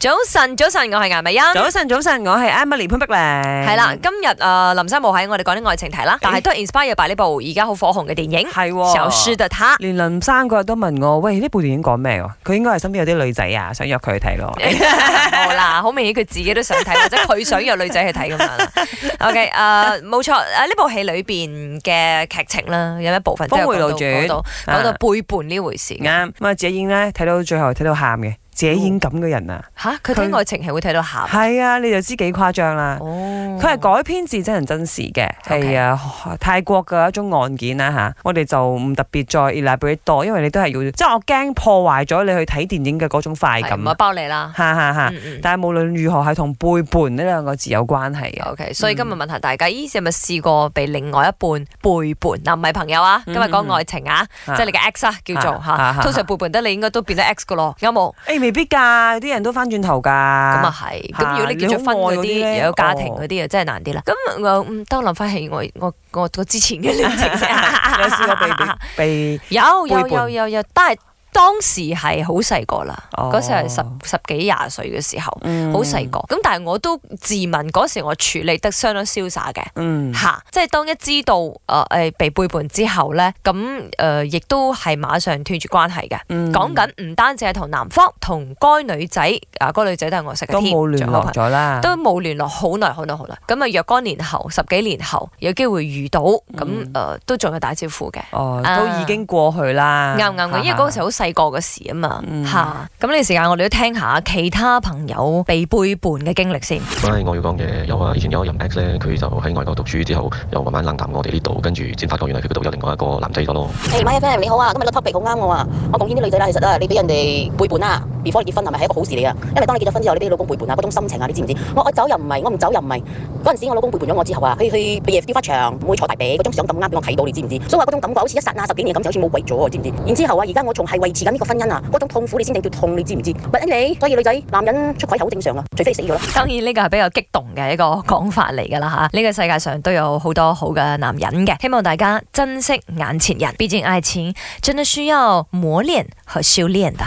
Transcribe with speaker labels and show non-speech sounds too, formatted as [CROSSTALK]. Speaker 1: 早晨，早晨，我係顏美欣。
Speaker 2: 早晨，早晨，我係 Emily 潘碧玲。
Speaker 1: 嗯係啦，今日誒林生冇喺，我哋講啲愛情題啦，但係都係 inspire by 呢部而家好火紅嘅電影《
Speaker 2: 係喎，
Speaker 1: 小師的
Speaker 2: [LAUGHS]
Speaker 1: 他》。
Speaker 2: 連林生嗰日都問我，喂，呢部電影講咩喎？佢應該係身邊有啲女仔啊，想約佢去睇咯。
Speaker 1: 冇啦，好明顯佢自己都想睇，或者佢想約女仔去睇咁樣啦。OK，誒、冇
Speaker 2: [LAUGHS]
Speaker 1: 呃錯，誒、呢部戲裏邊嘅劇情啦，有一部分都有
Speaker 2: 峰回路
Speaker 1: 講到講到講到
Speaker 2: 啊
Speaker 1: 背叛呢回事嘅。
Speaker 2: 啱咁啊！謝燕咧睇到最後睇到喊嘅，謝燕咁嘅人啊，
Speaker 1: 吓，佢睇
Speaker 2: 佢
Speaker 1: 愛情係會睇到喊。
Speaker 2: 係啊，你就知幾誇張啦。
Speaker 1: 哦
Speaker 2: 佢係改編自真人真事嘅，
Speaker 1: OK
Speaker 2: 係啊泰國嘅一宗案件啦吓，我哋就唔特別再 elaborate 多，因為你都係要，即係我驚破壞咗你去睇電影嘅嗰種快
Speaker 1: 係
Speaker 2: 感
Speaker 1: 唔係
Speaker 2: 啊！
Speaker 1: 包你啦。
Speaker 2: 哈哈哈！
Speaker 1: 嗯嗯
Speaker 2: 但係無論如何係同背叛呢兩個字有關係嘅。
Speaker 1: O K，所以今日問下大家，咦，有咪試過被另外一半背叛？嗱，唔係朋友啊，
Speaker 2: 嗯
Speaker 1: 今日講愛情啊，即係你嘅 ex 啊，叫做
Speaker 2: 啊
Speaker 1: 嚇。
Speaker 2: 啊
Speaker 1: 通常背叛得你應該都變得 ex 噶咯，有冇？
Speaker 2: 誒、未必㗎，啲人都翻轉頭㗎。咁
Speaker 1: 咁啊
Speaker 2: 啊，
Speaker 1: 係。
Speaker 2: 嚇
Speaker 1: 咁如果你結咗婚嗰
Speaker 2: 你好愛嗰
Speaker 1: 啲，
Speaker 2: 啲咧哦
Speaker 1: 又有家庭嗰啲，又啊真係難啲啦。咁我嗯，當我諗翻起我我我我之前嘅戀情先，
Speaker 2: [LAUGHS] 有試過被被
Speaker 1: [LAUGHS] 有有
Speaker 2: 背叛
Speaker 1: 有有有，但係當時係好細個啦，
Speaker 2: 哦
Speaker 1: 嗰時係十十幾廿歲嘅時候，好細個。
Speaker 2: 嗯
Speaker 1: 咁但係我都自問嗰時我處理得相當瀟灑嘅。
Speaker 2: 嗯
Speaker 1: 吓、即係當一知道誒誒、呃呃被背叛之後咧，咁誒、呃亦都係馬上斷絕關係嘅。
Speaker 2: 嗯
Speaker 1: 講緊唔單止係同男方，同該女仔啊，嗰、女仔都係我識嘅
Speaker 2: 都
Speaker 1: 添
Speaker 2: 冇聯
Speaker 1: 仲有好朋
Speaker 2: 絡
Speaker 1: 友
Speaker 2: 咗啦。
Speaker 1: 都冇聯絡好耐好耐好耐。咁啊，若干年後，十幾年後有機會遇到，咁誒、
Speaker 2: 嗯
Speaker 1: 呃都仲有打招呼嘅。
Speaker 2: 哦，
Speaker 1: 啊
Speaker 2: 都已經過去啦。
Speaker 1: 啱唔啱嘅，因為嗰個時候好細個嘅事啊嘛，
Speaker 2: 嗯
Speaker 1: 吓咁呢個時間我哋都聽下其他朋友被背叛嘅經歷先。
Speaker 3: 唉，我要講嘅有啊，以前有一任 ex 咧，佢就喺外國讀書之後，又慢慢冷淡我哋呢度，跟住先發覺原來佢嗰度有另外一個男仔咗咯。
Speaker 4: 誒 m y FM 你好啊，今日個 topic 好啱我啊！我講呢啲女仔啦，其實啊，你俾人哋背叛啊，before 你結婚係咪係一個好事嚟啊？因為當你結咗婚之後，你俾你老公背叛啊，嗰種心情啊，你知唔知？我我走又唔係，我唔走又唔係。嗰陣時我老公背叛咗我之後啊，佢去夜雕花場，唔會坐大髀，嗰張相咁啱俾我睇到，你知唔知？所以話嗰種感覺好似一剎那十幾年嘅感情好似冇鬼咗喎，知唔知？然之後啊，而家我仲係維持緊呢個婚姻啊，嗰種痛苦你先定叫痛，你知唔知？喂，你所以女仔男人出軌係好正常啊，除非死咗啦。
Speaker 1: 當然呢個係比較激動嘅一個講法嚟㗎啦嚇，呢、個世界上都有好多好嘅男人嘅，希望大家珍惜眼前人，畢竟愛情真的需要磨練和修煉的。